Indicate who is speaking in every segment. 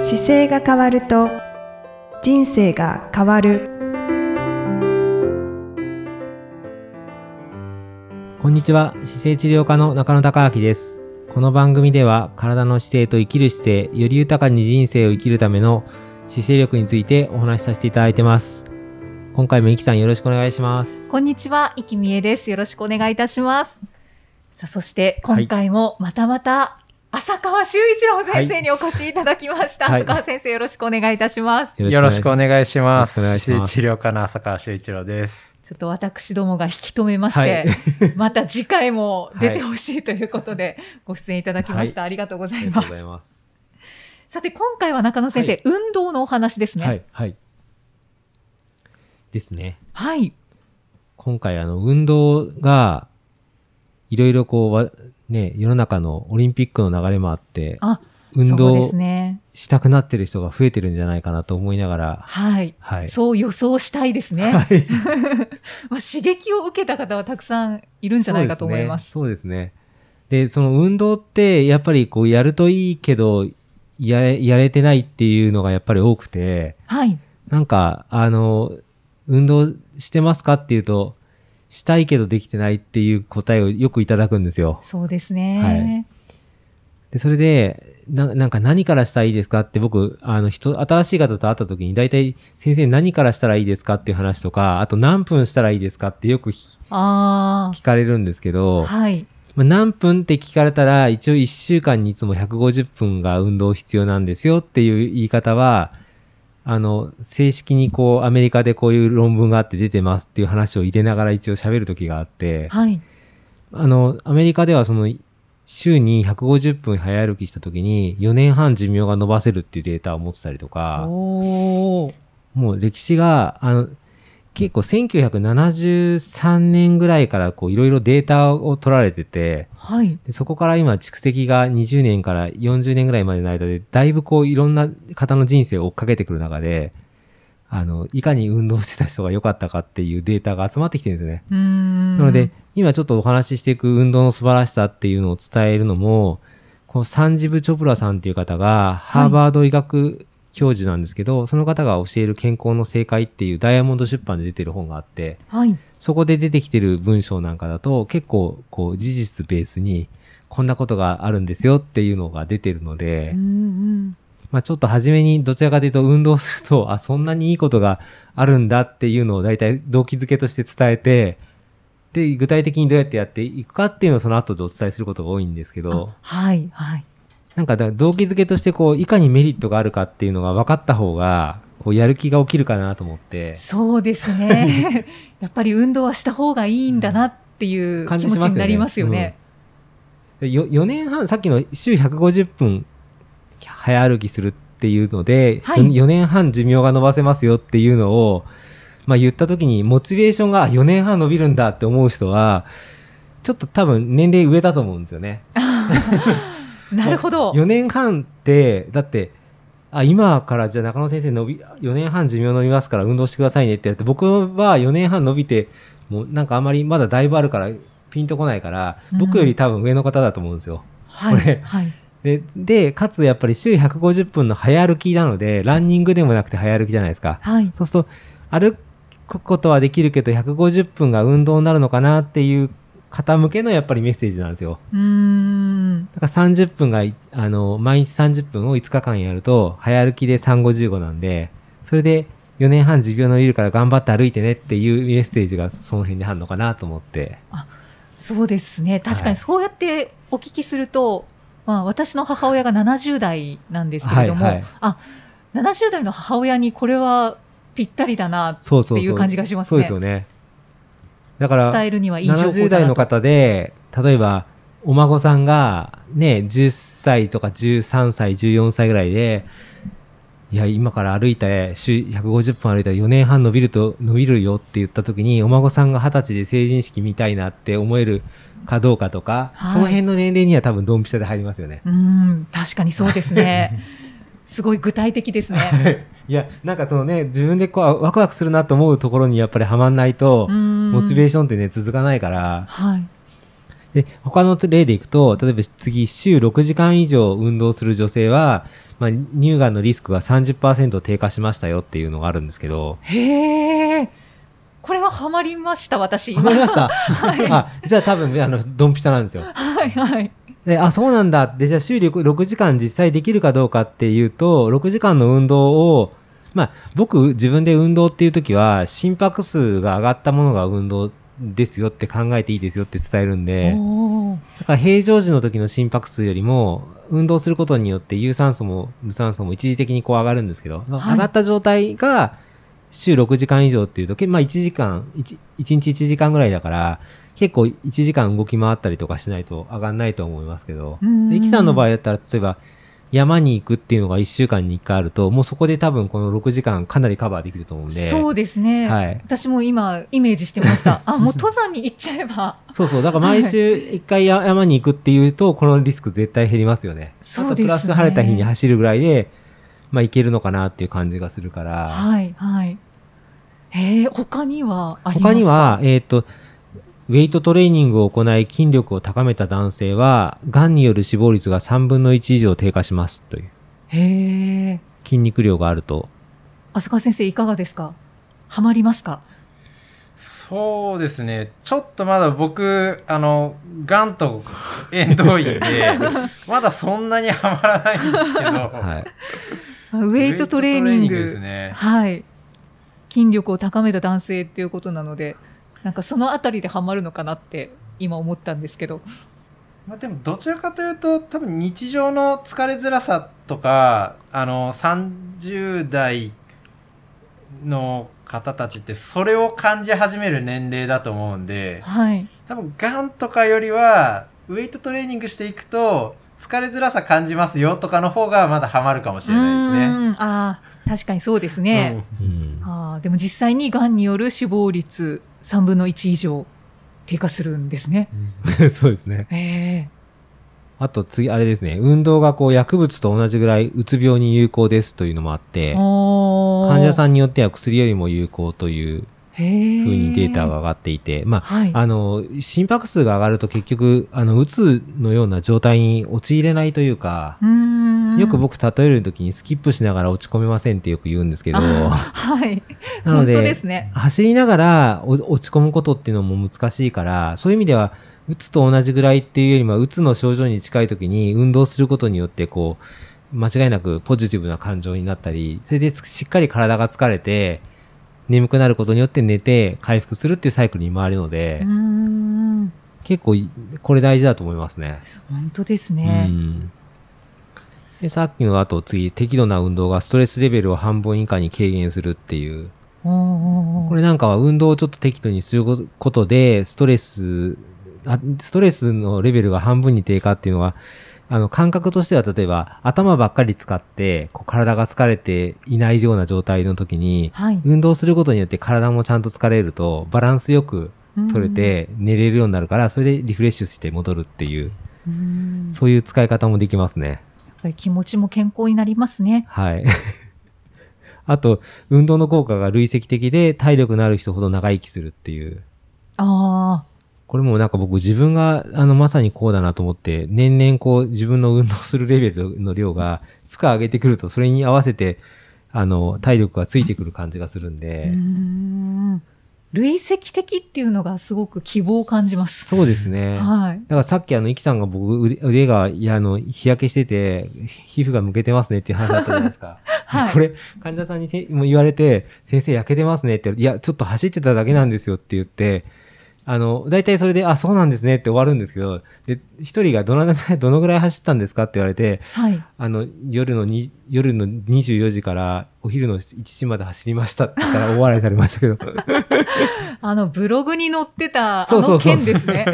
Speaker 1: 姿勢が変わると人生が変わる
Speaker 2: こんにちは姿勢治療科の中野孝明ですこの番組では体の姿勢と生きる姿勢より豊かに人生を生きるための姿勢力についてお話しさせていただいてます今回もイキさんよろしくお願いします
Speaker 3: こんにちは、いきみえです。よろしくお願いいたします。さあ、そして今回もまたまた浅川修一郎先生にお越しいただきました。
Speaker 2: はい
Speaker 3: 浅川先生、よろしくお願いいたします。
Speaker 2: よ
Speaker 4: よろしくお願いします。
Speaker 2: よろしくお願いしま
Speaker 4: 姿
Speaker 2: す
Speaker 4: 勢治療科の浅川修一郎です。
Speaker 3: ちょっと私どもが引き止めまして、 また次回も出てほしいということで、ご出演いただきました。ありがとうござ
Speaker 2: あ
Speaker 3: い
Speaker 2: りがとう
Speaker 3: ま
Speaker 2: ご
Speaker 3: す。
Speaker 2: ざいます
Speaker 3: さて、今回は中野先生、
Speaker 2: はい
Speaker 3: 運動のお話ですね。
Speaker 2: は
Speaker 3: はい。
Speaker 2: いはいですね今回あの運動がいろいろこうわね世の中のオリンピックの流れもあって
Speaker 3: あ
Speaker 2: 運
Speaker 3: そうで
Speaker 2: 動
Speaker 3: すね。
Speaker 2: したくなってる人が増えてるんじゃないかなと思いながら
Speaker 3: はい。
Speaker 2: はい
Speaker 3: そう予想したいで す
Speaker 2: は
Speaker 3: ね。
Speaker 2: い
Speaker 3: まあ、刺激を受けた方はたくさんいるんじゃないかと思います。
Speaker 2: そうですね。そうですねで、その運動って、やっぱりこう、やるといいけど、やれ、やれてないっていうのがやっぱり多くて、
Speaker 3: はい。
Speaker 2: なんか、あの、運動してますかっていうと、したいけどできてないっていう答えをよくいただくんですよ。
Speaker 3: そうですね。
Speaker 2: で、それで、ななんか何からしたらいいですかって僕、あの人、新しい方と会った時に大体先生何からしたらいいですかっていう話とか、あと何分したらいいですかってよく聞
Speaker 3: あ
Speaker 2: 聞かれるんですけ
Speaker 3: あ。
Speaker 2: ど、
Speaker 3: はい。
Speaker 2: まあ、何分って聞かれたら、一応1週間にいつも150分が運動必要なんですよっていう言い方は、あの、正式にこう、アメリカでこういう論文があって出てますっていう話を入れながら一応喋る時があって、
Speaker 3: はい。
Speaker 2: あの、アメリカではその、週に150分早歩きした時に4年半寿命が伸ばせるっていうデータを持ってたりとか、
Speaker 3: おお。
Speaker 2: もう歴史が、あの、結構1973年ぐらいからこういろいろデータを取られてて、
Speaker 3: はい。
Speaker 2: でそこから今蓄積が20年から40年ぐらいまでの間で、だいぶこういろんな方の人生を追っかけてくる中で、あの、いかに運動してた人が良かったかっていうデータが集まってきてるんですね。
Speaker 3: うーん。
Speaker 2: なので、、今ちょっとお話ししていく運動の素晴らしさっていうのを伝えるのも、このサンジブ・チョプラさんっていう方が、ハーバード医学教授なんですけど、その方が教える健康の正解っていうダイヤモンド出版で出てる本があって、
Speaker 3: はい。
Speaker 2: そこで出てきてる文章なんかだと、結構、こう、事実ベースに、こんなことがあるんですよっていうのが出てるので
Speaker 3: う、ん
Speaker 2: まあちょっと初めにどちらかというと運動すると、あ、そんなにいいことがあるんだっていうのを大体動機づけとして伝えて、で、具体的にどうやってやっていくかっていうのをその後でお伝えすることが多いんですけ
Speaker 3: うん。
Speaker 2: ど
Speaker 3: あ、はい。はい。
Speaker 2: なんかだ動機づけとしてこう、いかにメリットがあるかっていうのが分かった方が、こう、やる気が起きるかなと思って、
Speaker 3: そうです ね。やっぱり運動はした方がいいんだなっていう
Speaker 2: 感
Speaker 3: 気
Speaker 2: じし
Speaker 3: 持ち
Speaker 2: ますよね
Speaker 3: になりますよね。
Speaker 2: でよ4年半さっきの週150分早歩きするっていうので、
Speaker 3: はい
Speaker 2: よ4年半寿命が伸ばせますよっていうのを、まあ、言った時にモチベーションがあ4年半伸びるんだって思う人はちょっと多分年齢上だと思うんですよね。
Speaker 3: なるほど。
Speaker 2: 4年半ってだってあ今からじゃあ中野先生伸び4年半寿命伸びますから運動してくださいねってやって僕は4年半伸びてもうなんかあんまりまだだいぶあるからピンとこないから僕より多分上の方だと思うんですよ。
Speaker 3: は
Speaker 2: これ
Speaker 3: い。はい。
Speaker 2: で、で、かつやっぱり週150分の早歩きなので、ランニングでもなくて早歩きじゃないですか。
Speaker 3: はい。
Speaker 2: そうすると、歩くことはできるけど、150分が運動になるのかなっていう方向けのやっぱりメッセージなんですよ。
Speaker 3: うーん。
Speaker 2: だから30分がい、あの、毎日30分を5日間やると、早歩きで355なんで、それで4年半持病のいるから頑張って歩いてねっていうメッセージがその辺にあるのかなと思って。
Speaker 3: そうですね。確かにそうやってお聞きすると、まあ私の母親が70代なんですけれども、
Speaker 2: はいはい
Speaker 3: あ、70代の母親にこれはぴったりだなっ
Speaker 2: そうそうそう。
Speaker 3: ていう感じがしますね。
Speaker 2: そうですよね。だから、
Speaker 3: 伝えるにはいい情報だなと
Speaker 2: 70代の方で、例えば、お孫さんが、ね、10歳とか13歳、14歳ぐらいで、いや、今から歩いて、週150分歩いたら4年半伸びると、伸びるよって言った時に、お孫さんが20歳で成人式見たいなって思えるかどうかとか、
Speaker 3: はい
Speaker 2: その辺の年齢には多分ドンピシャで入りますよね。
Speaker 3: うーん、確かにそうですね。すごい具体的ですね。
Speaker 2: いや、なんかそのね、自分でこう、ワクワクするなと思うところにやっぱりはまんないと、モ
Speaker 3: モ
Speaker 2: チベー
Speaker 3: シ
Speaker 2: ションってね、続かないから、
Speaker 3: ョン。はい。
Speaker 2: で他の例でいくと例えば次週6時間以上運動する女性は、まあ、乳がんのリスクが30%低下しましたよっていうのがあるんですけど
Speaker 3: へえ。これはハマりました、私。
Speaker 2: わかりまし。た、
Speaker 3: い
Speaker 2: あじゃあ多分あのドンピシャなんですよ
Speaker 3: はいはい。
Speaker 2: であそうなんだってじゃあ週に6時間実際できるかどうかっていうと6時間の運動をまあ僕自分で運動っていう時は心拍数が上がったものが運動ですよって考えていいですよって伝えるんで
Speaker 3: おー
Speaker 2: だから平常時の時の心拍数よりも運動することによって有酸素も無酸素も一時的にこう上がるんですけど、
Speaker 3: はい
Speaker 2: 上がった状態が週6時間以上っていうと、けまあ1時間、1, 日1時間ぐらいだから、結構1時間動き回ったりとかしないと上がんないと思いますけど、
Speaker 3: うん
Speaker 2: でイキさんの場合だったら、例えば山に行くっていうのが1週間に1回あると、もうそこで多分この6時間かなりカバーできると思うんで、
Speaker 3: そうですね、
Speaker 2: はい
Speaker 3: 私も今イメージしてましたあも う登山に行っちゃえば
Speaker 2: そうそう、だから毎週1回や山に行くっていうと、このリスク絶対減りますよね。
Speaker 3: そうですね
Speaker 2: あとプラス晴れた日に走るぐらいで、まあ、いけるのかなっていう感じがするから。
Speaker 3: はいはいへえ他にはありま
Speaker 2: 他
Speaker 3: すか
Speaker 2: には、えっ、と、ウェイトトレーニングを行い筋力を高めた男性は、癌による死亡率が3分の1以上低下しますという。
Speaker 3: へえ
Speaker 2: 筋肉量があると。
Speaker 3: 浅川先生いかがですかハマりますか
Speaker 4: そうですね。ちょっとまだ僕、あの、ガンと縁遠いんで、 まだそんなにはまらないんですけど、
Speaker 2: はい。
Speaker 3: あウェイトトレーニング
Speaker 4: ウェイトトレですね。
Speaker 3: はい筋力を高めた男性っていうことなのでなんかそのあたりでハマるのかなって今思ったんですけど
Speaker 4: まあ、でも、どちらかというと、多分日常の疲れづらさとか、あの、30代の方たちって、それを感じ始める年齢だと思うんで、
Speaker 3: はい
Speaker 4: 多分ガンとかよりはウェイトトレーニングしていくと疲れづらさ感じますよとかの方がまだハマるかもしれないで
Speaker 3: うんあー確かにそうです
Speaker 4: す
Speaker 3: ね、
Speaker 4: ね。
Speaker 2: うん
Speaker 3: ああでも実際にがんによる死亡率3分の1以上低下するんですね。
Speaker 2: そうですね。
Speaker 3: ええ
Speaker 2: あと次、あれですね。運動がこう薬物と同じぐらいうつ病に有効ですというのもあって、患
Speaker 3: 患
Speaker 2: 者さ
Speaker 3: ん
Speaker 2: んによっては薬よりも有効という
Speaker 3: ふう
Speaker 2: ふうにデータが上がっていて、まあ、
Speaker 3: はい
Speaker 2: あの、心拍数が上がると結局、あの、うつのような状態に陥れないというか、
Speaker 3: うーん
Speaker 2: よく僕例えるときにスキップしながら落ち込めませんってよく言うんですけど、な
Speaker 3: あはい
Speaker 2: の
Speaker 3: 本当で
Speaker 2: で、
Speaker 3: すね。
Speaker 2: 走りながらお落ち込むことっていうのも難しいから、そういう意味では、うつと同じぐらいっていうよりも、うつの症状に近いときに運動することによって、こう、間違いなくポジティブな感情になったり、それでしっかり体が疲れて、眠くなることによって寝て回復するっていうサイクルに回るので、
Speaker 3: うーん
Speaker 2: 結構いこれ大事だと思いますね。
Speaker 3: 本当です
Speaker 2: う
Speaker 3: ね。
Speaker 2: ん、でさっきの後次適度な運動がストレスレベルを半分以下に軽減するっていう
Speaker 3: おーおーおー
Speaker 2: これなんかは運動をちょっと適度にすることことでストレスあストレスのレベルが半分に低下っていうのはあの感覚としては例えば頭ばっかり使ってこう体が疲れていないような状態の時に
Speaker 3: はい、
Speaker 2: 運動することによって体もちゃんと疲れるとバランスよく取れて寝れるようになるから、それでリフレッシュして戻るっていう、
Speaker 3: うん、うーん
Speaker 2: そういう使い方もできますね。
Speaker 3: やっぱり気持ちも健康になりますね。
Speaker 2: はい。 あと、運動の効果が累積的で体力のある人ほど長生きするっていう。
Speaker 3: あ
Speaker 2: これもなんか僕自分があのまさにこうだなと思って、年々こう自分の運動するレベルの量が負荷上げてくると、それに合わせて、あの、体力がついてくる感じがするん
Speaker 3: あ、
Speaker 2: で、
Speaker 3: うーん累積的っていうのがすごく希望を感じます。
Speaker 2: そうですね。
Speaker 3: はい。
Speaker 2: だからさっきあの、イキさんが僕腕腕が、いや、あの、日焼けしてて、皮膚がむけてますねっていう話だったじゃないですか。
Speaker 3: はい
Speaker 2: これ、患者さんにせもう言われて、先生焼けてますねって、いや、ちょっと走ってただけなんですよって言って、あの、大体それで、あ、そうなんですねって終わるんですけど、で、一人がどのぐらい、どのぐらい走ったんですかって言われて、
Speaker 3: はい。
Speaker 2: あの、夜のに、夜の24時からお昼の1時まで走りましたって言ったら大笑いされましたけど。
Speaker 3: あの、ブログに載ってた、あ
Speaker 2: そうそ
Speaker 3: の
Speaker 2: う そう
Speaker 3: 件ですね。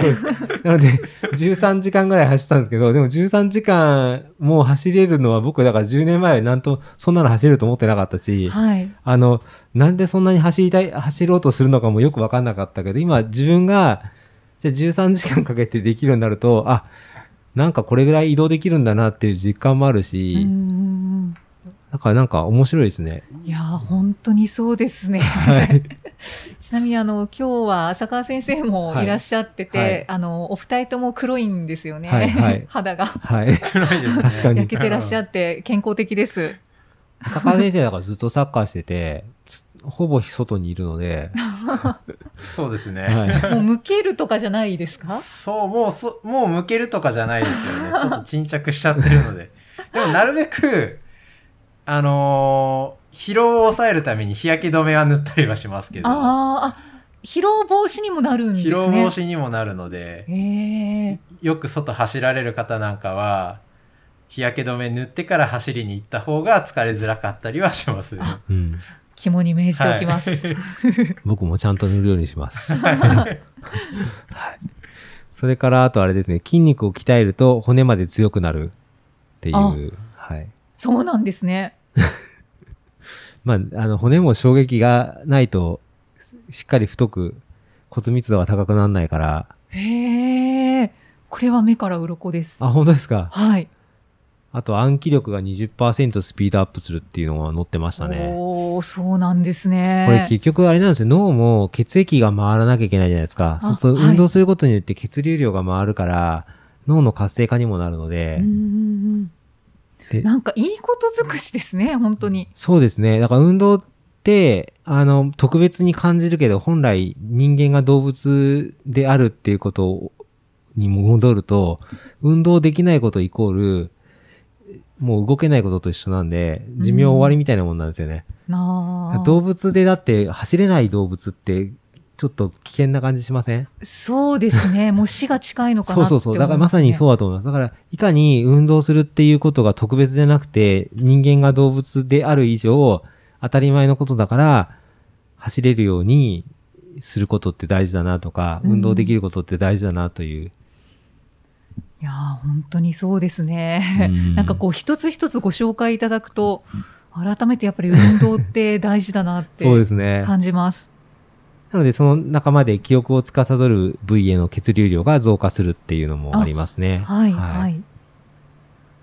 Speaker 2: なので、13時間ぐらい走ったんですけど、でも13時間もう走れるのは僕、だから10年前なんと、そんなの走れると思ってなかったし、
Speaker 3: はい。
Speaker 2: あの、なんでそんなに走りたい、走ろうとするのかもよくわかんなかったけど、今自分が、じゃあ13時間かけてできるようになると、あ、なんかこれぐらい移動できるんだなっていう実感もある
Speaker 3: う
Speaker 2: し、
Speaker 3: ーん
Speaker 2: だからなんか面白いですね。
Speaker 3: いやー、本当にそうですね。
Speaker 2: はい。
Speaker 3: ちなみにあの今日は浅川先生もいらっしゃってて、
Speaker 2: はいはい
Speaker 3: あのお二人とも黒いんですよね、
Speaker 2: はいはい
Speaker 3: 肌が
Speaker 2: はい。
Speaker 4: 暗いですね。
Speaker 2: 確かに
Speaker 3: 焼けてらっしゃって健康的です。
Speaker 2: 高田先生だからずっとサッカーしてて、つほぼ外にいるの で、
Speaker 4: そうですね。
Speaker 2: はい。
Speaker 3: もう向けるとかじゃないですか？
Speaker 4: そう、もうそ、もう向けるとかじゃないですよね。ちょっと沈着しちゃってるので。でも、なるべく、あのー疲労を抑えるために日焼け止めは塗ったりはしますけど、
Speaker 3: あーあ、疲労防止にもなるんですね。
Speaker 4: 疲労防止にもなるので、
Speaker 3: ええ
Speaker 4: よく外走られる方なんかは、日焼け止め塗ってから走りに行った方が疲れづらかったりはしますね。
Speaker 3: あ
Speaker 2: うん。
Speaker 3: 肝に銘じておきます。
Speaker 4: はい
Speaker 2: 僕もちゃんと塗るようにします。 はい。それから、あとあれですね、筋肉を鍛えると骨まで強くなるっていう。はい。
Speaker 3: そうなんですね。
Speaker 2: まあ、あの、骨も衝撃がないと、しっかり太く、骨密度が高くならないから、
Speaker 3: へえ、これは目から鱗です。
Speaker 2: あ、本当ですか。
Speaker 3: はい。
Speaker 2: あと、暗記力が20%スピードアップするっていうのが載ってましたね。
Speaker 3: おお、そうなんですね。
Speaker 2: これ結局あれなんですよ。脳も血液が回らなきゃいけないじゃないですか。そ
Speaker 3: あ
Speaker 2: うすると
Speaker 3: はい
Speaker 2: 運動することによって血流量が回るから、脳の活性化にもなるので、
Speaker 3: うんうんう
Speaker 2: で
Speaker 3: ん。なんかいいこと尽くしですね、本当に。
Speaker 2: そうですね。だから運動って、あの、特別に感じるけど、本来人間が動物であるっていうことに戻ると、運動できないことイコール、もう動けないことと一緒なんで、寿命終わりみたいなもんなんですよね。
Speaker 3: なあ。
Speaker 2: 動物でだって走れない動物って、ちょっと危険な感じしません
Speaker 3: そうですね。もう死が近いのか
Speaker 2: そ
Speaker 3: な
Speaker 2: う
Speaker 3: っ て
Speaker 2: そ
Speaker 3: 思
Speaker 2: う
Speaker 3: い
Speaker 2: そう。だ
Speaker 3: ます、ね。
Speaker 2: からまさにそうだと思います。だから、いかに運動するっていうことが特別じゃなくて、人間が動物である以上、当たり前のことだから、走れるようにすることって大事だなとか、
Speaker 3: うん
Speaker 2: 運動できることって大事だなという。
Speaker 3: いやー本当にそうです
Speaker 2: う
Speaker 3: ね。
Speaker 2: ん
Speaker 3: なんかこう一つ一つご紹介いただくと改めてやっぱり運動って大事だなって
Speaker 2: そうですね。
Speaker 3: 感じます。
Speaker 2: なので、その仲間で記憶を司る部位への血流量が増加するっていうのもありますね。
Speaker 3: はいはい。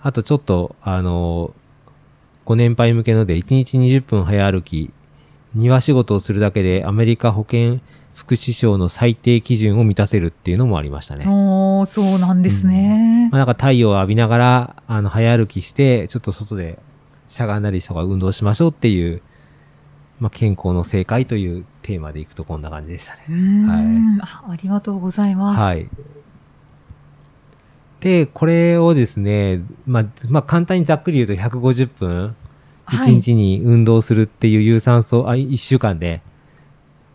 Speaker 2: あとちょっと、あの、ご年配向けので、1日20分早歩き、庭仕事をするだけでアメリカ保健福祉省の最低基準を満たせるっていうのもありましたね。ま
Speaker 3: おーそうなんですね。
Speaker 2: あ、なんか太陽を浴びながら、あの、早歩きして、ちょっと外でしゃがんだりとか運動しましょうっていう、まあ、健康の正解というテーマでいくとこんな感じでしたね。
Speaker 3: うーんあありがとうございます。
Speaker 2: はい。で、これをですね、まあ、まあ、簡単にざっくり言うと150分、
Speaker 3: はい
Speaker 2: 1日に運動するっていう有酸素、あ、1週間で、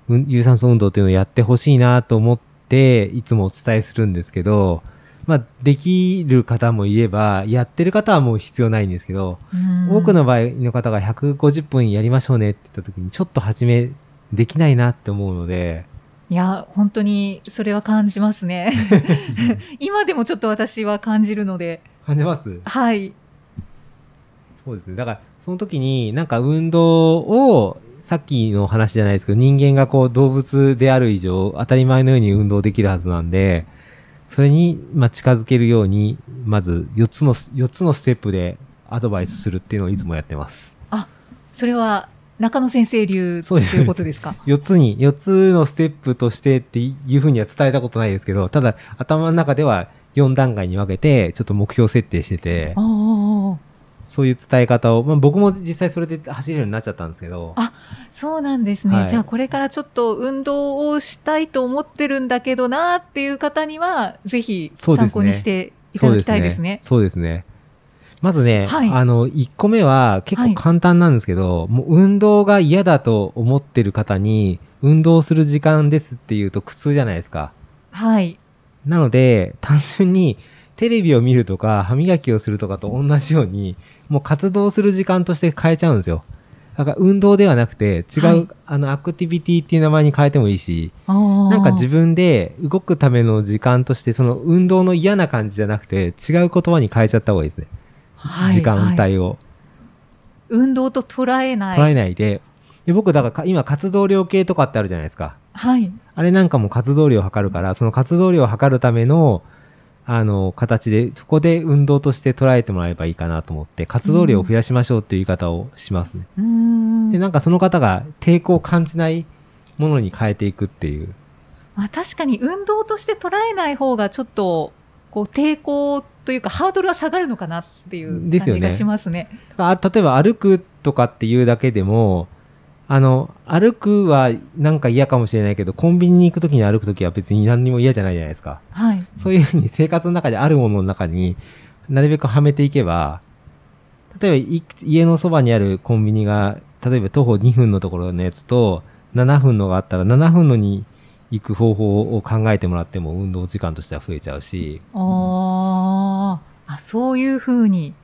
Speaker 2: うん有酸素運動っていうのをやってほしいなと思って、いつもお伝えするんですけど、まあ、できる方もいれば、やってる方はもう必要ないんですけど、
Speaker 3: うん
Speaker 2: 多くの場合の方が150分やりましょうねって言った時に、ちょっと始めできないなって思うので、
Speaker 3: いや本当にそれは感じます ね。今でもちょっと私は感じるので、
Speaker 2: 感じます
Speaker 3: はい。
Speaker 2: そうですね。だから、その時に、なんか運動を、さっきの話じゃないですけど、人間がこう動物である以上、当たり前のように運動できるはずなんで、それに、まあ、近づけるように、まず4つの、4つのステップでアドバイスするっていうのをいつもやってます。
Speaker 3: それは中野先生流と
Speaker 2: そうです
Speaker 3: いうことですか。
Speaker 2: 4つに、4つのステップとしてっていうふうには伝えたことないですけど、ただ、頭の中では4段階に分けて、ちょっと目標設定してて
Speaker 3: あ、あ
Speaker 2: そういう伝え方を、まあ、僕も実際それで走れるようになっちゃったんですけど、
Speaker 3: そうなんですね、
Speaker 2: はい
Speaker 3: じゃあこれからちょっと運動をしたいと思ってるんだけどなっていう方にはぜひ
Speaker 2: そうですね
Speaker 3: 参考にしていただきたいですね。
Speaker 2: そうですね。まずね、
Speaker 3: はい
Speaker 2: あの、1個目は結
Speaker 3: は
Speaker 2: 構
Speaker 3: い
Speaker 2: 簡単なんですけど、もう運動が嫌だと思ってる方に、運動する時間ですっていうと苦痛じゃないですか。
Speaker 3: はい、
Speaker 2: なので、単純にテレビを見るとか、歯磨きをするとかと同じように、もう活動する時間として変えちゃうんですよ。だから運動ではなくて、違う、
Speaker 3: はい
Speaker 2: あの、アクティビティっていう名前に変えてもいいし、
Speaker 3: な
Speaker 2: なんか自分で動くための時間として、その運動の嫌な感じじゃなくて、違う言葉に変えちゃった方がいいですね。時間
Speaker 3: はい
Speaker 2: 帯を
Speaker 3: 運動と捉えない。
Speaker 2: 捉えないで。で僕、だからか今活動量計とかってあるじゃないですか。
Speaker 3: はい、
Speaker 2: あれなんかも活動量を測るから、その活動量を測るための、あの、形で、そこで運動として捉えてもらえばいいかなと思って、活動量を増やしましょうっていう言い方をしますね。
Speaker 3: うーん
Speaker 2: で、なんかその方が抵抗を感じないものに変えていくっていう。
Speaker 3: まあ、確かに運動として捉えない方がちょっとこう抵抗というかハードルは下がるのかなっていう
Speaker 2: ですよ
Speaker 3: 感
Speaker 2: ね
Speaker 3: じがしますね。
Speaker 2: あ例えば歩くとかっていうだけでも、あの、歩くはなんか嫌かもしれないけど、コンビニに行くときに歩くときは別に何にも嫌じゃないじゃないですか。
Speaker 3: はい、
Speaker 2: そういうふうに生活の中であるものの中になるべくはめていけば、例えばい家のそばにあるコンビニが、例えば徒歩2分のところのやつと7分のがあったら7分のに行く方法を考えてもらっても運動時間としては増えちゃうし、
Speaker 3: あーあそういうふうに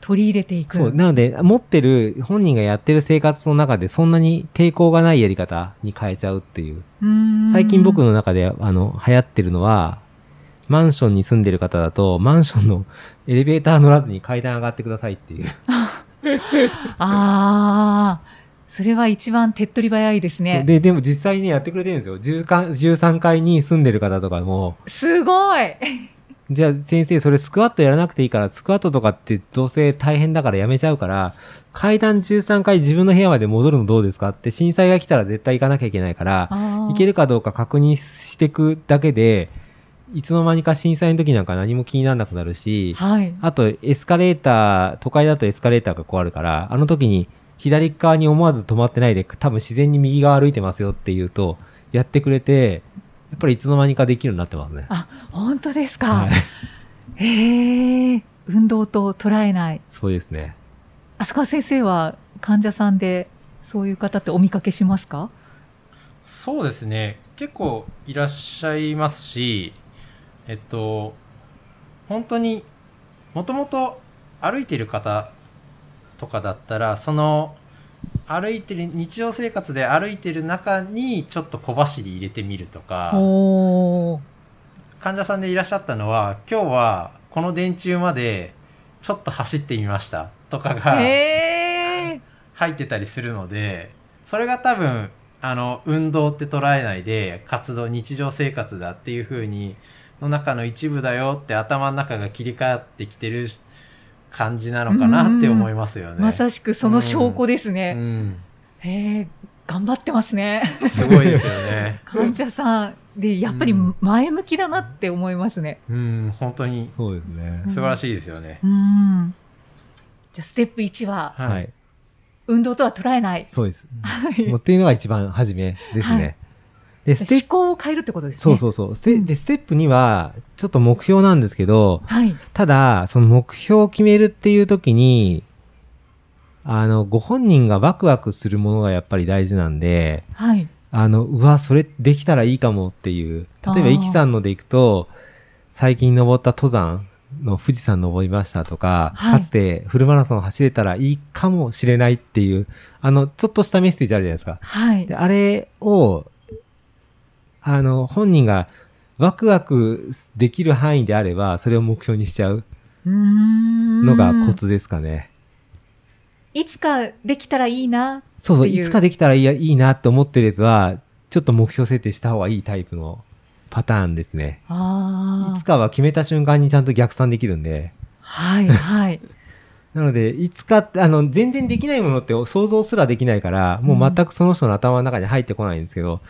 Speaker 3: 取り入れていく。
Speaker 2: そう、なので持ってる本人がやってる生活の中でそんなに抵抗がないやり方に変えちゃうっていう。
Speaker 3: うーん
Speaker 2: 最近僕の中であの流行ってるのはマンションに住んでる方だとマンションの エレベーター乗らずに階段上がってくださいっていう、
Speaker 3: ああそれは一番手っ取り早いですね。
Speaker 2: ででも実際ねやってくれてるんですよ10か13階に住んでる方とかも
Speaker 3: すごい
Speaker 2: じゃあ先生それスクワットやらなくていいからスクワットとかってどうせ大変だからやめちゃうから階段13階自分の部屋まで戻るのどうですかって震災が来たら絶対行かなきゃいけないから
Speaker 3: あ
Speaker 2: いけ
Speaker 3: る
Speaker 2: るかどうか確認していくだけでいつの間にか震災の時なんか何も気にならなくなるし、
Speaker 3: はい
Speaker 2: あと、エスカレーター、都会だとエスカレーターが壊るから、あの時に左側に思わず止まってないで、多分自然に右側歩いてますよって言うと、やってくれて、やっぱりいつの間にかできるようになってますね。
Speaker 3: 本当ですか。
Speaker 2: はい。
Speaker 3: へえ運動と捉えない。
Speaker 2: そうですね。
Speaker 3: 浅川先生は患者さんでそういう方ってお見かけしますか
Speaker 4: そうですね。結構いらっしゃいますし、えっと、本当にもともと歩いている方とかだったら、その歩いてる、日常生活で歩いてる中にちょっと小走り入れてみるとか、
Speaker 3: おー
Speaker 4: 患者さんでいらっしゃったのは、今日はこの電柱までちょっと走ってみましたとかが、
Speaker 3: へえ
Speaker 4: 入ってたりするのでそれが多分あの運動って捉えないで活動日常生活だっていう風にの中の一部だよって頭の中が切り替わってきてる感じなのかなって思いますよね。
Speaker 3: まさしくその証拠です
Speaker 4: う
Speaker 3: ね、
Speaker 4: ん、
Speaker 3: へえ頑張ってますね
Speaker 4: すごいですよね。
Speaker 3: 患者さんでやっぱり
Speaker 4: うん
Speaker 3: 前向きだなって思いますね
Speaker 4: うん、本当に
Speaker 2: そうですね
Speaker 4: 素晴らしいですよね。
Speaker 3: うんじゃあステップ1は
Speaker 2: は
Speaker 4: はいい。。
Speaker 3: 運動とは捉えない、
Speaker 2: そうです。
Speaker 3: はい
Speaker 2: もうっていうのが一番初めです
Speaker 3: は
Speaker 2: ね。で、ステ
Speaker 3: 思
Speaker 2: ップ、
Speaker 3: 考を変えるってことですね
Speaker 2: そうそうそう。ステで、ステップには、ちょっと目標なんですけど、
Speaker 3: はい
Speaker 2: ただ、その目標を決めるっていう時に、あの、ご本人がワクワクするものがやっぱり大事なんで、
Speaker 3: はい
Speaker 2: あの、うわ、それできたらいいかもっていう。例え
Speaker 3: あ
Speaker 2: ば、
Speaker 3: ー
Speaker 2: イキさんので行くと、最近登った登山の富士山登りましたとか、
Speaker 3: は
Speaker 2: か
Speaker 3: い
Speaker 2: つてフルマラソン走れたらいいかもしれないっていう、あの、ちょっとしたメッセージあるじゃないですか。
Speaker 3: はい
Speaker 2: で、あれを、あの、本人がワクワクできる範囲であれば、それを目標にしちゃうの
Speaker 3: の
Speaker 2: がコツですかね。
Speaker 3: いつかできたらいいな
Speaker 2: そうそう、
Speaker 3: ってい
Speaker 2: いうつかできたらいいいいなって思ってるやつは、ちょっと目標設定した方がいいタイプのパターンですね。
Speaker 3: あ
Speaker 2: いつかは決めた瞬間にちゃんと逆算できるんで。
Speaker 3: はい はい。
Speaker 2: なので、いつかって、あの、全然できないものって想像すらできないから、もう全くその人の頭の中に入ってこないんですけど、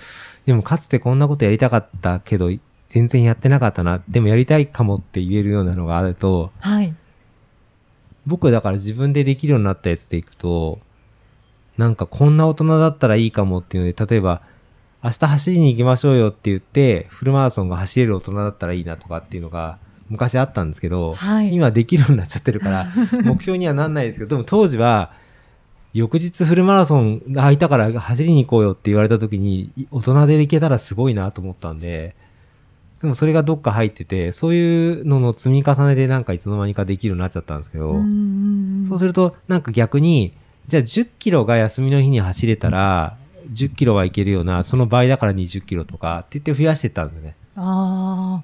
Speaker 2: でもかつてこんなことやりたかったけど、全然やってなかったな、でもやりたいかもって言えるようなのがあると、
Speaker 3: はい。
Speaker 2: 僕はだから自分でできるようになったやつでいくと、なんかこんな大人だったらいいかもっていうので、例えば、明日走りに行きましょうよって言って、フルマラソンが走れる大人だったらいいなとかっていうのが昔あったんですけど、
Speaker 3: はい。
Speaker 2: 今できるようになっちゃってる から、目標にはなんないですけど、でも当時は、翌日フルマラソンが空いたから走りに行こうよって言われた時に、い大人で行けたらすごいなと思ったんで、でもそれがどっか入ってて、そういうのの積み重ねでなんかいつの間にかできるようになっちゃったんですけど、そうす
Speaker 3: る
Speaker 2: るとなんか逆に、じゃあ10キロが休みの日に走れたら、10キロはいけるような、その倍だから20キロとかって言って増やしてったんですね。
Speaker 3: あ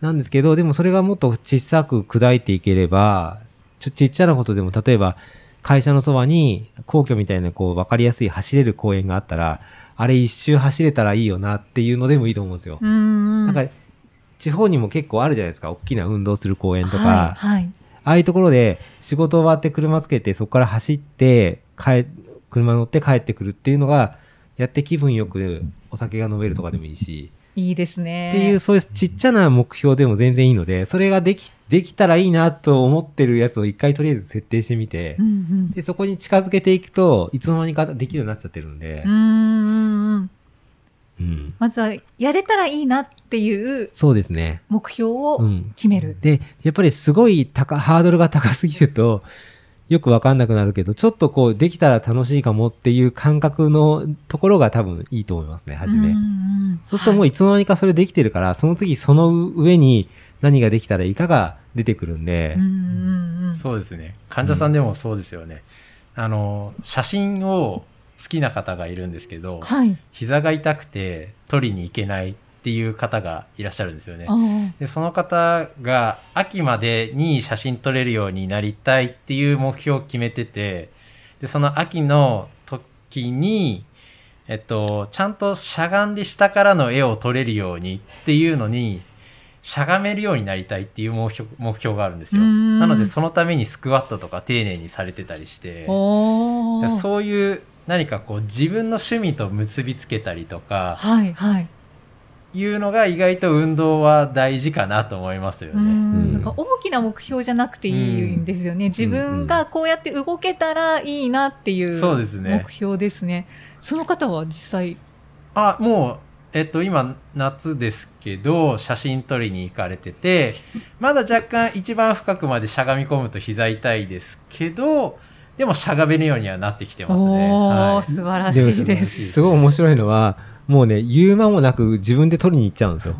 Speaker 2: なんですけど、でもそれがもっと小さく砕いていければ、ちょちっちゃなことでも、例えば、会社のそばに皇居みたいなこう分かりやすい走れる公園があったら、あれ一周走れたらいいよなっていうのでもいいと思うんですよ
Speaker 3: あ。。うん
Speaker 2: なんか、地方にも結構あるじゃないですか。大きな運動する公園とか、
Speaker 3: はい。はい
Speaker 2: ああいうところで仕事終わって車つけて、そこから走って、帰、車乗って帰ってくるっていうのが、やって気分よくお酒が飲めるとかでもいいし、
Speaker 3: いいですね。
Speaker 2: っていうそういうちっちゃな目標でも全然いいので、それができ、できたらいいなと思ってるやつを一回とりあえず設定してみて
Speaker 3: う、ん
Speaker 2: で、そこに近づけていくと、いつの間にかできるようになっちゃってるんで
Speaker 3: うん。う、んうん。
Speaker 2: うん。
Speaker 3: まずは、やれたらいいなっていう
Speaker 2: そうですね。
Speaker 3: 目標
Speaker 2: う
Speaker 3: を
Speaker 2: ん。
Speaker 3: 決める。
Speaker 2: で、やっぱりすごい高、ハードルが高すぎると、よくわかんなくなるけど、ちょっとこう、できたら楽しいかもっていう感覚のところが多分いいと思いますね、はじめ。
Speaker 3: うんうんん
Speaker 2: そうするともう
Speaker 3: はい
Speaker 2: つの間にかそれできてるから、その次その上に何ができたらいいかが出てくるんで
Speaker 3: い、うんうんうん。
Speaker 4: そうですね。患者さんでもそうですよね。あの、写真を好きな方がいるんですけど、
Speaker 3: はい。
Speaker 4: 膝が痛くて取りに行けないっていう方がいらっしゃるんですよね
Speaker 3: あ。ー
Speaker 4: で、その方が秋までに写真撮れるようになりたいっていう目標を決めてて、で、その秋の時に、えっと、ちゃんとしゃがんで下からの絵を撮れるようにっていうのに、しゃがめるようになりたいっていう目標目標があるんですよ。
Speaker 3: うん
Speaker 4: なのでそのためにスクワットとか丁寧にされてたりして、
Speaker 3: おー
Speaker 4: そういう何かこう自分の趣味と結びつけたりとか
Speaker 3: はいはい。
Speaker 4: いうのが意外と運動は大事かなと思いますよ
Speaker 3: う
Speaker 4: ね。
Speaker 2: うん
Speaker 3: んなんか大きな目標じゃなくていいんですよね、自分がこうやって動けたらいいなっていう
Speaker 4: そうですね
Speaker 3: 目標ですね。その方は実際、
Speaker 4: あ、もう、えっと、今、夏ですけど、写真撮りに行かれてて、まだ若干一番深くまでしゃがみ込むと膝痛いですけど、でもしゃがめるようにはなってきてますね。
Speaker 3: おー
Speaker 4: はい
Speaker 3: 素晴らしい
Speaker 2: でも
Speaker 3: です。
Speaker 2: すごい面白いのは、もうね、言う間もなく自分で取りに行っちゃうん ですよ。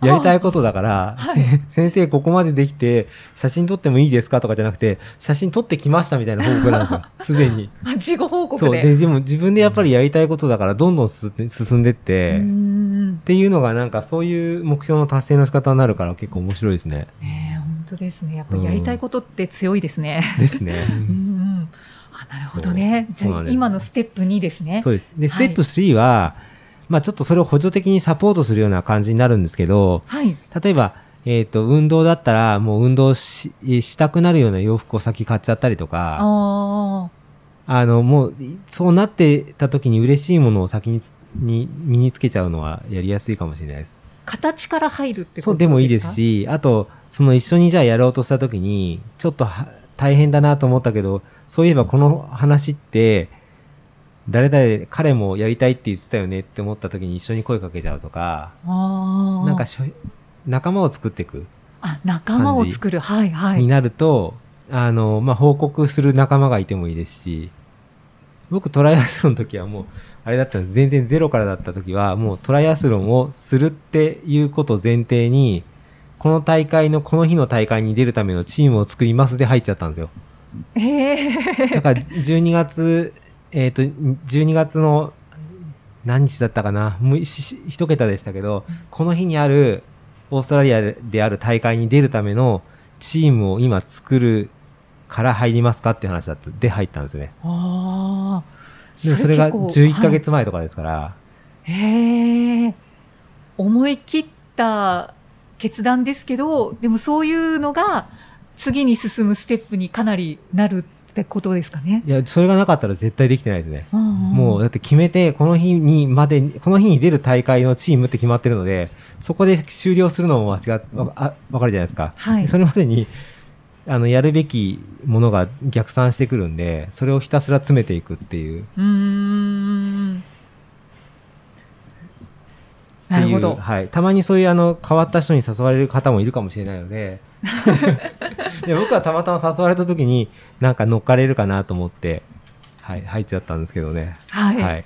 Speaker 2: やりたいことだから、
Speaker 3: はい、
Speaker 2: 先生ここまでできて、写真撮ってもいいですかとかじゃなくて、写真撮ってきましたみたいな報告なん ですよ、すでに。
Speaker 3: あ 事後報
Speaker 2: そ
Speaker 3: 告
Speaker 2: う。
Speaker 3: で。
Speaker 2: で、でも自分でやっぱりやりたいことだから、どんどん進んで進んでっ
Speaker 3: う
Speaker 2: て、っ
Speaker 3: ん
Speaker 2: ていうのがなんかそういう目標の達成の仕方になるから結構面白いですね。
Speaker 3: ねえ本当ですね。やっぱりやりたいことって強いですね。
Speaker 2: ですね。
Speaker 3: うんうんあなるほどね。じ
Speaker 2: そうなん
Speaker 3: ゃあ
Speaker 2: です
Speaker 3: 今のステップ2ですね。
Speaker 2: そうです。で、
Speaker 3: は
Speaker 2: ス
Speaker 3: い
Speaker 2: テップ3は、まあちょっとそれを補助的にサポートするような感じになるんですけど、
Speaker 3: はい。
Speaker 2: 例えば、えっ、と、運動だったら、もう運動ししたくなるような洋服を先買っちゃったりと
Speaker 3: あ
Speaker 2: か、
Speaker 3: あ
Speaker 2: あの、もう、そうなってた時に嬉しいものを先につに身につけちゃうのはやりやすいかもしれないです。
Speaker 3: 形から入るって
Speaker 2: そ
Speaker 3: ことで
Speaker 2: うで
Speaker 3: すか
Speaker 2: もいいです。し、あと、その一緒にじゃあやろうとした時に、ちょっとは大変だなと思ったけど、そういえばこの話って、誰々、彼もやりたいって言ってたよねって思った時に一緒に声かけちゃうとか、
Speaker 3: ああ
Speaker 2: なんかしょ仲間を作っていく、
Speaker 3: あ仲間を作る。はいはい
Speaker 2: に。なると、あの、まあ、報告する仲間がいてもいいですし、僕トライアスロンの時はもう、あれだったんです。全然ゼロからだった時は、もうトライアスロンをするっていうことを前提に、この大会の、この日の大会に出るためのチームを作りますで入っちゃったんですよ。
Speaker 3: え
Speaker 2: だ
Speaker 3: え
Speaker 2: から12月、えっ、と、12月の何日だったかな、もうしし一桁でしたけど、この日にあるオーストラリアである大会に出るためのチームを今作るから入りますかっていう話だったで入ったんですね。
Speaker 3: ああ。
Speaker 2: でもそれが
Speaker 3: 結構
Speaker 2: 11ヶ
Speaker 3: はい
Speaker 2: 月前とかですから、
Speaker 3: へえ思い切った決断ですけどでもそういうのが次に進むステップにかなりなるってことですかね。
Speaker 2: い、や、それがなかったら絶対できてないですね。も
Speaker 3: も
Speaker 2: うだって決めて、この日にまで、この日に出る大会のチームって決まってるので、そこで終了するのも間違っ、わあわかるじゃないですか。
Speaker 3: はい
Speaker 2: それまでに、あの、やるべきものが逆算してくるんで、それをひたすら詰めていくっていう、
Speaker 3: うーんなるほ
Speaker 2: って
Speaker 3: ど
Speaker 2: いう。はい。たまにそういう、あの、変わった人に誘われる方もいるかもしれないの で、で僕はたまたま誘われた時に、なんか乗っかれるかなと思って、はい、入っちゃったんですけどね。
Speaker 3: はい、
Speaker 2: はい。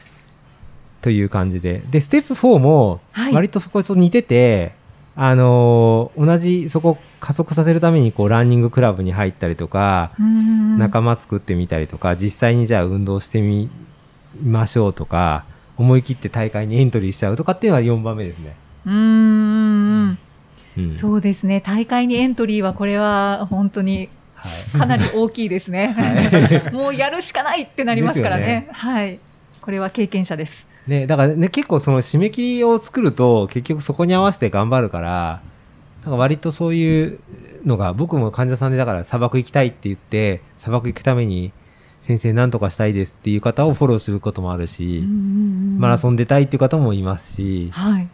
Speaker 2: という感じで。で、ステップ4も
Speaker 3: は、い
Speaker 2: 割とそこちょっと似てて、あのー同じ、そこを加速させるために、こう、ランニングクラブに入ったりとか、
Speaker 3: うーん
Speaker 2: 仲間作ってみたりとか、実際にじゃあ運動してみましょうとか、思い切って大会にエントリーしちゃうとかっていうのは4番目ですね。
Speaker 3: うーん
Speaker 2: うん
Speaker 3: そうですね大会にエントリーはこれは本当に
Speaker 2: はい
Speaker 3: かなり大きいですね。
Speaker 2: は
Speaker 3: もうやるしかないってなりますからね。はい。これは経験者です。
Speaker 2: ね、だからね、結構その締め切りを作ると、結局そこに合わせて頑張るから、なんか割とそういうのが、僕も患者さんでだから砂漠行きたいって言って、砂漠行くために先生なんとかしたいですっていう方をフォローすることもあるし、マ
Speaker 3: マ
Speaker 2: ラソ
Speaker 3: ン。
Speaker 2: ン出たいっていう方もいますし、
Speaker 3: はい。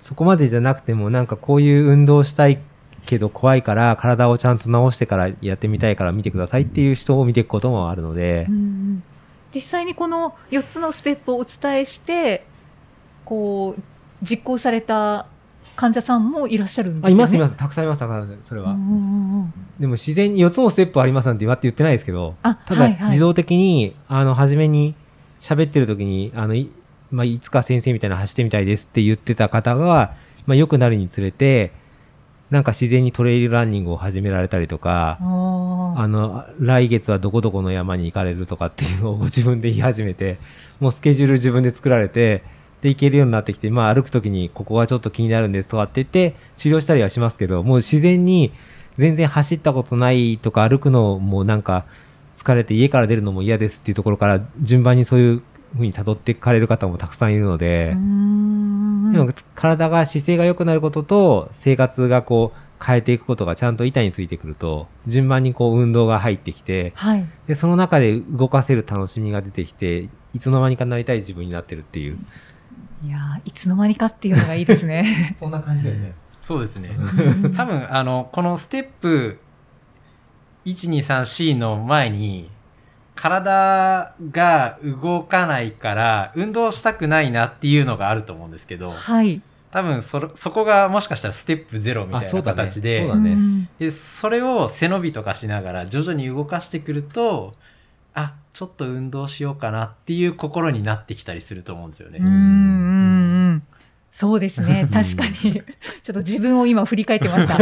Speaker 2: そこまでじゃなくてもなんかこういう運動したいけど怖いから体をちゃんと治してからやってみたいから見てくださいっていう人を見ていくこともあるので、
Speaker 3: うんうん実際にこの4つのステップをお伝えして、こう、実行された患者さんもいらっしゃるんで
Speaker 2: あい
Speaker 3: すよね。。
Speaker 2: ますいますすたくさんいますたくさんいますそれ
Speaker 3: うんう
Speaker 2: は、
Speaker 3: んうん
Speaker 2: でも自然に4つのステップありますなんて今って言ってないですけど
Speaker 3: あ、
Speaker 2: ただ、
Speaker 3: はいはい
Speaker 2: 自動的に、あの、初めに喋ってる時に、あの、い,、まあ、いつか先生みたいなの走ってみたいですって言ってた方が、まあ、良くなるにつれて、なんか自然にトレイルランニングを始められたりとか、
Speaker 3: おー
Speaker 2: あの、来月はどこどこの山に行かれるとかっていうのをご自分で言い始めて、もうスケジュール自分で作られて、で、行けるようになってきて、まあ歩くときにここはちょっと気になるんですとかって言って、治療したりはしますけど、もう自然に全然走ったことないとか歩くのもなんか疲れて家から出るのも嫌ですっていうところから順番にそういうふうに辿っていかれる方もたくさんいるので、
Speaker 3: うん
Speaker 2: でも体が姿勢が良くなることと生活がこう変えていくことがちゃんと板についてくると順番にこう運動が入ってきて
Speaker 3: はい。
Speaker 2: でその中で動かせる楽しみが出てきていつの間にかなりたい自分になってるっていう
Speaker 3: いやーいつの間にかっていうのがいいで すね。
Speaker 2: そんな感じだよね
Speaker 4: そうですね。多分、あの、このステップ 123C の前に、体が動かないから、運動したくないなっていうのがあると思うんですけど、
Speaker 3: はい。
Speaker 4: 多分そ、そこがもしかしたらステップ0みた
Speaker 2: あ
Speaker 4: い
Speaker 2: そうだ
Speaker 4: な
Speaker 2: ね
Speaker 4: 形で、
Speaker 2: そうだね
Speaker 3: ん
Speaker 4: で、それを背伸びとかしながら徐々に動かしてくると、あ、ちょっと運動しようかなっていう心になってきたりすると思うんですよね。
Speaker 3: うんうんうんそうですね。確かに。ちょっと自分を今振り返ってました。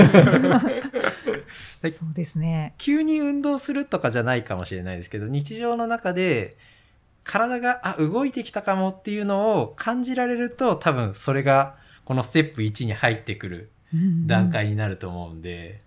Speaker 3: そうですね。
Speaker 4: 急に運動するとかじゃないかもしれないですけど、日常の中で体が、あ、動いてきたかもっていうのを感じられると、多分それがこのステップ1に入ってくる段階になると思うんで、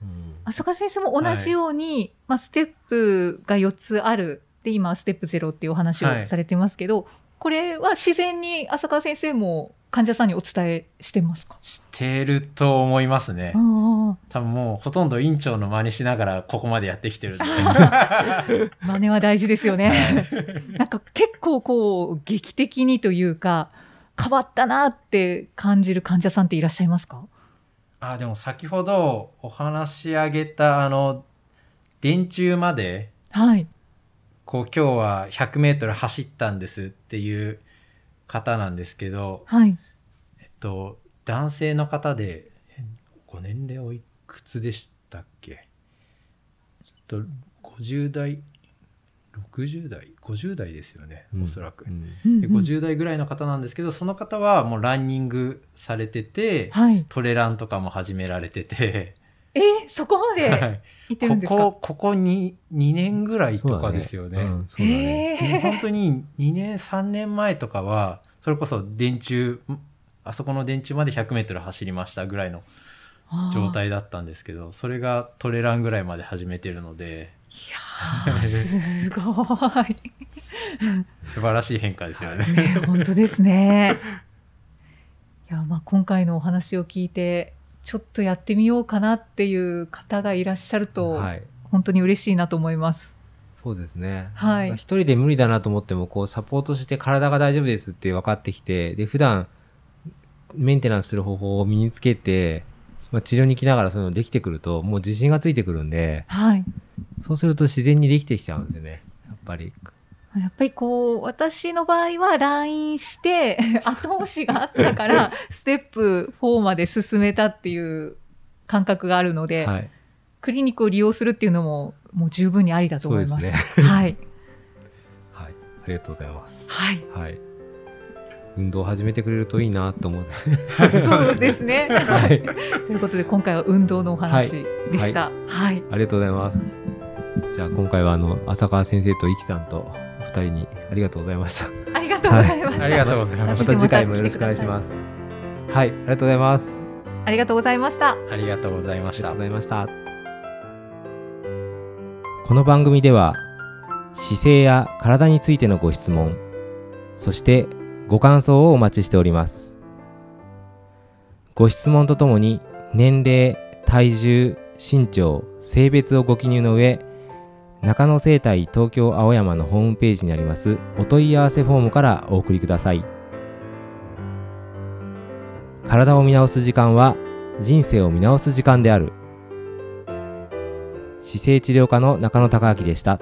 Speaker 3: 浅香先生も同じように、まあ、ステップが4つあるで今ステップ0っていうお話
Speaker 4: は
Speaker 3: を
Speaker 4: い
Speaker 3: されてますけど、これは自然に浅川先生も患者さんにお伝えしてますか、
Speaker 4: してると思いますね。
Speaker 3: あ
Speaker 4: 多分もうほとんど院長の真似しながらここまでやってき てるんで。
Speaker 3: あ真似は大事ですよね。 なんか結構こう劇的にというか変わったなって感じる患者さんっていらっしゃいますか
Speaker 4: あ、でも先ほどお話し上げたあの、電柱まで、
Speaker 3: はい。
Speaker 4: こう今日は100メートル走ったんですっていう方なんですけど、
Speaker 3: はい。
Speaker 4: えっと、男性の方で、えご年齢おいくつでしたっけちょっと50代、60代、50代ですよね、おそらく。
Speaker 3: うん
Speaker 4: で
Speaker 3: うん
Speaker 4: 50代ぐらいの方なんですけど、その方はもうランニングされてて、
Speaker 3: はい。
Speaker 4: トレランとかも始められてて、
Speaker 3: えーそこま
Speaker 4: は
Speaker 3: で行
Speaker 4: い
Speaker 3: ってる
Speaker 4: こ
Speaker 3: んですか、
Speaker 4: こ、ここに2年ぐらいとかですよね。
Speaker 2: うんそうだね
Speaker 4: ね本
Speaker 3: えー
Speaker 4: 当に2年3年前とかはそれこそ電柱んあそこの電柱まで 100m 走りましたぐらいの状態だったんですけどそれがトレランぐらいまで始めてるので
Speaker 3: いやーすご い。
Speaker 4: 素晴らしい変化ですよね。
Speaker 3: ね、本当ですね。いや、まあ、今回のお話を聞いて、ちょっとやってみようかなっていう方がいらっしゃると、
Speaker 2: はい
Speaker 3: 本当に嬉しいなと思います。
Speaker 2: そうですね。
Speaker 3: はい
Speaker 2: 一人で無理だなと思っても、こう、サポートして体が大丈夫ですって分かってきて、で、普段、メンテナンスする方法を身につけて、まあ、治療に行きながらそういうのできてくると、もう自信がついてくるんで、
Speaker 3: はい。
Speaker 2: そうすると自然にできてきちゃうんですよね。やっぱり。
Speaker 3: やっぱりこう、私の場合は LINE して、 後押しがあったから、 ステップ4まで進めたっていう感覚があるので、
Speaker 2: はい。
Speaker 3: クリニックを利用するっていうのも、もう十分にありだと
Speaker 2: そう
Speaker 3: 思
Speaker 2: で
Speaker 3: い
Speaker 2: す
Speaker 3: ます。
Speaker 2: ね。
Speaker 3: はい。
Speaker 2: はい。ありがとうございます。
Speaker 3: はい。
Speaker 2: はい。運動を始めてくれるといいなと思って。
Speaker 3: そうですね。
Speaker 2: はい。
Speaker 3: ということで今回は運動のお話でした。はい。
Speaker 2: ありがとうございます。じゃあ、今回は、あの、浅川先生とイキさんと、お二人にありがとうございました。
Speaker 3: ありがとうございました。
Speaker 4: ありがとうございま
Speaker 2: ま
Speaker 4: した
Speaker 2: 次回もよろしくお願いします。はい、ありがとうございます。
Speaker 3: ありがとうございました。
Speaker 4: ありがとうございま
Speaker 2: あ
Speaker 4: した。
Speaker 2: ざいました。この番組では、姿勢や体についてのご質問、そしてご感想をお待ちしております。ご質問とともに、年齢、体重、身長、性別をご記入の上、中野生態東京青山のホームページにありますお問い合わせフォームからお送りください体を見直す時間は人生を見直す時間である姿勢治療科の中野孝明でした